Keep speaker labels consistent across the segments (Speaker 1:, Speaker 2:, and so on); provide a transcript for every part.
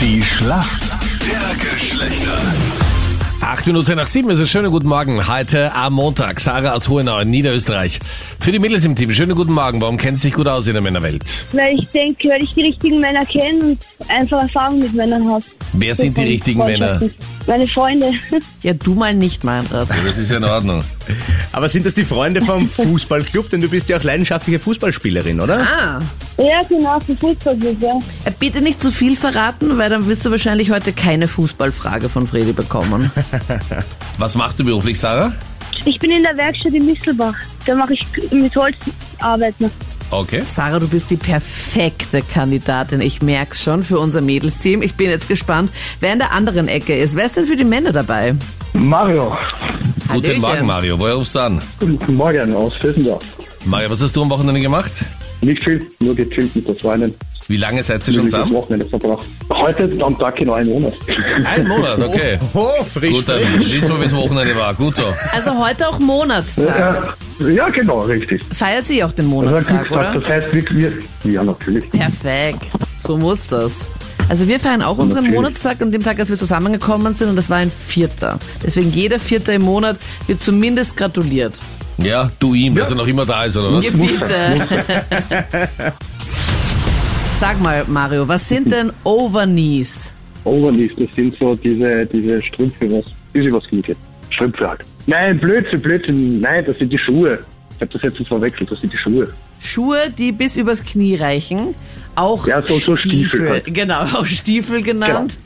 Speaker 1: Die Schlacht der Geschlechter.
Speaker 2: Acht Minuten nach sieben ist es. Schönen guten Morgen. Heute am Montag. Sarah aus Hohenau in Niederösterreich. Für die Mädels im Team. Schönen guten Morgen. Warum kennt sich gut aus in der Männerwelt?
Speaker 3: Weil ich denke, weil ich die richtigen Männer kenne und einfach Erfahrung mit Männern habe.
Speaker 2: Wer sind die richtigen Männer?
Speaker 3: Meine Freunde.
Speaker 4: Ja, du mal nicht, Meinrad.
Speaker 2: Das ist ja in Ordnung.
Speaker 5: Aber sind das die Freunde vom Fußballclub? Denn du bist ja auch leidenschaftliche Fußballspielerin, oder?
Speaker 4: Ah,
Speaker 3: Ja, genau, für Fußballclub, ja.
Speaker 4: äh, bitte nicht zu viel verraten, weil dann wirst du wahrscheinlich heute keine Fußballfrage von Fredi bekommen.
Speaker 2: Was machst du beruflich, Sarah?
Speaker 3: Ich bin in der Werkstatt in Misselbach. Da mache ich mit Holz arbeiten.
Speaker 2: Okay.
Speaker 4: Sarah, du bist die perfekte Kandidatin. Ich merk's schon für unser Mädelsteam. Ich bin jetzt gespannt, wer in der anderen Ecke ist. Wer ist denn für die Männer dabei?
Speaker 6: Mario,
Speaker 2: Guten
Speaker 4: Hallöchen.
Speaker 2: Morgen, Mario. Woher rufst du an?
Speaker 6: guten Morgen aus Fessendorf.
Speaker 2: Mario, was hast du am Wochenende gemacht?
Speaker 6: Nicht viel, nur gechillt mit der Freundin.
Speaker 2: Wie lange seid ihr schon
Speaker 6: Schon das
Speaker 2: zusammen?
Speaker 6: Wochenende verbracht. Heute am Tag genau einen Monat.
Speaker 2: Ein Monat, okay.
Speaker 5: Oh, frisch,
Speaker 2: Gut, dann
Speaker 5: frisch.
Speaker 2: wissen wir, wie das Wochenende war. Gut so.
Speaker 4: Also heute auch Monatstag.
Speaker 6: Ja, ja, genau, richtig.
Speaker 4: Feiert sie auch den
Speaker 6: Also,
Speaker 4: Monatstag,
Speaker 6: gesagt,
Speaker 4: oder?
Speaker 6: das heißt, wir, wir, ja, natürlich.
Speaker 4: Perfekt. So muss das. Also wir feiern auch unseren
Speaker 6: natürlich.
Speaker 4: Monatstag an dem Tag, als wir zusammengekommen sind und das war ein Vierter. Deswegen jeder Vierter im Monat wird zumindest gratuliert.
Speaker 2: Ja, du ihm, dass er noch immer da ist, oder was?
Speaker 4: Gebiete. Sag mal, Mario, was sind denn Overknees?
Speaker 6: Overnies, das sind so diese, diese Strümpfe, was ist übers Knie geht. Strümpfe halt. Nein, Blödsinn, Blödsinn. Nein, das sind die Schuhe. Ich habe das jetzt verwechselt, das sind die Schuhe.
Speaker 4: Schuhe, die bis übers Knie reichen. Auch
Speaker 6: Ja, so- so Stiefel halt.
Speaker 4: Genau, auch Stiefel genannt.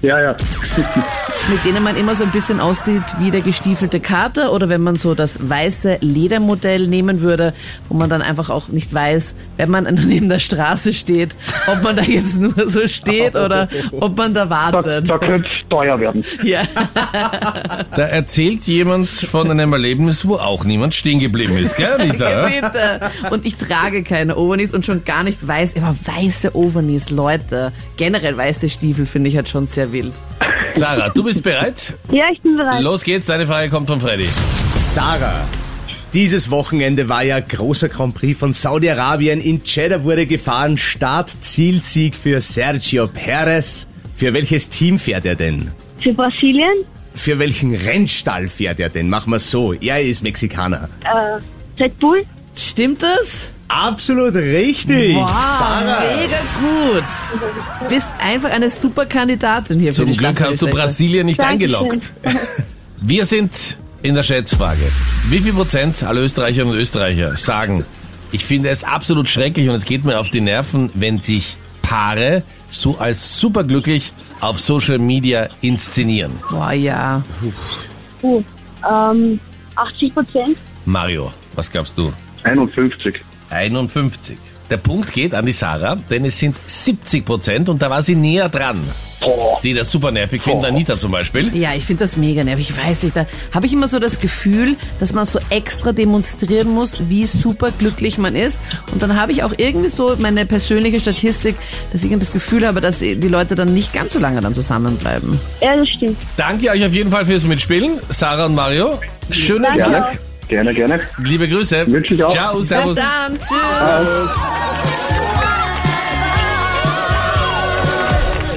Speaker 6: Ja, ja. Genau.
Speaker 4: Mit denen man immer so ein bisschen aussieht wie der gestiefelte Kater. Oder wenn man so das weiße Ledermodell nehmen würde, wo man dann einfach auch nicht weiß, wenn man neben der Straße steht, ob man da jetzt nur so steht oder ob man da
Speaker 6: Da,
Speaker 4: wartet.
Speaker 6: da könnte es teuer werden.
Speaker 4: Ja.
Speaker 2: Da erzählt jemand von einem Erlebnis, wo auch niemand stehen geblieben ist, gell, Anita?
Speaker 4: Genau. Bitte. Und ich trage keine Overknees und schon gar nicht weiß, aber weiße Overknees, Leute. Generell weiße Stiefel finde ich halt schon sehr wild.
Speaker 2: Sarah, du bist bereit?
Speaker 3: Ja, ich bin bereit.
Speaker 2: Los geht's, deine Frage kommt von Freddy.
Speaker 5: Sarah, dieses Wochenende war ja großer Grand Prix von Saudi-Arabien. In Jeddah wurde gefahren. Start-Zielsieg für Sergio Perez. Für welches Team fährt er denn?
Speaker 3: Für Brasilien,
Speaker 5: Für welchen Rennstall fährt er denn? Machen wir so. Er ist Mexikaner.
Speaker 3: äh, Red Bull.
Speaker 4: Stimmt das?
Speaker 5: Absolut richtig.
Speaker 4: Wow,
Speaker 5: Sarah.
Speaker 4: mega gut. Bist einfach eine super Kandidatin hier für
Speaker 2: Zum
Speaker 4: die
Speaker 2: Glück hast du
Speaker 4: Schlachtfeldwächter.
Speaker 2: Brasilien nicht
Speaker 3: Dankeschön.
Speaker 2: eingeloggt. Wir sind in der Schätzfrage. Wie viel Prozent aller Österreicherinnen und Österreicher sagen, ich finde es absolut schrecklich und es geht mir auf die Nerven, wenn sich Paare so als superglücklich auf Social Media inszenieren?
Speaker 4: Boah, ja.
Speaker 3: Uh, ähm, 80 Prozent.
Speaker 2: Mario, was glaubst du?
Speaker 6: 51.
Speaker 2: 51. Der Punkt geht an die Sarah, denn es sind 70 Prozent und da war sie näher dran.
Speaker 6: Boah.
Speaker 2: Die das super nervig finden, Anita zum Beispiel.
Speaker 4: Ja, ich finde das mega nervig. Ich weiß nicht, da habe ich immer so das Gefühl, dass man so extra demonstrieren muss, wie super glücklich man ist. Und dann habe ich auch irgendwie so meine persönliche Statistik, dass ich das Gefühl habe, dass die Leute dann nicht ganz so lange dann zusammenbleiben.
Speaker 3: Ja, das stimmt.
Speaker 2: Danke euch auf jeden Fall fürs Mitspielen, Sarah und Mario. Schönen
Speaker 3: Danke
Speaker 2: Tag,
Speaker 3: auch.
Speaker 6: Gerne, gerne.
Speaker 2: liebe Grüße.
Speaker 6: Wünsche ich auch.
Speaker 2: Ciao, servus.
Speaker 4: Bis dann, tschüss.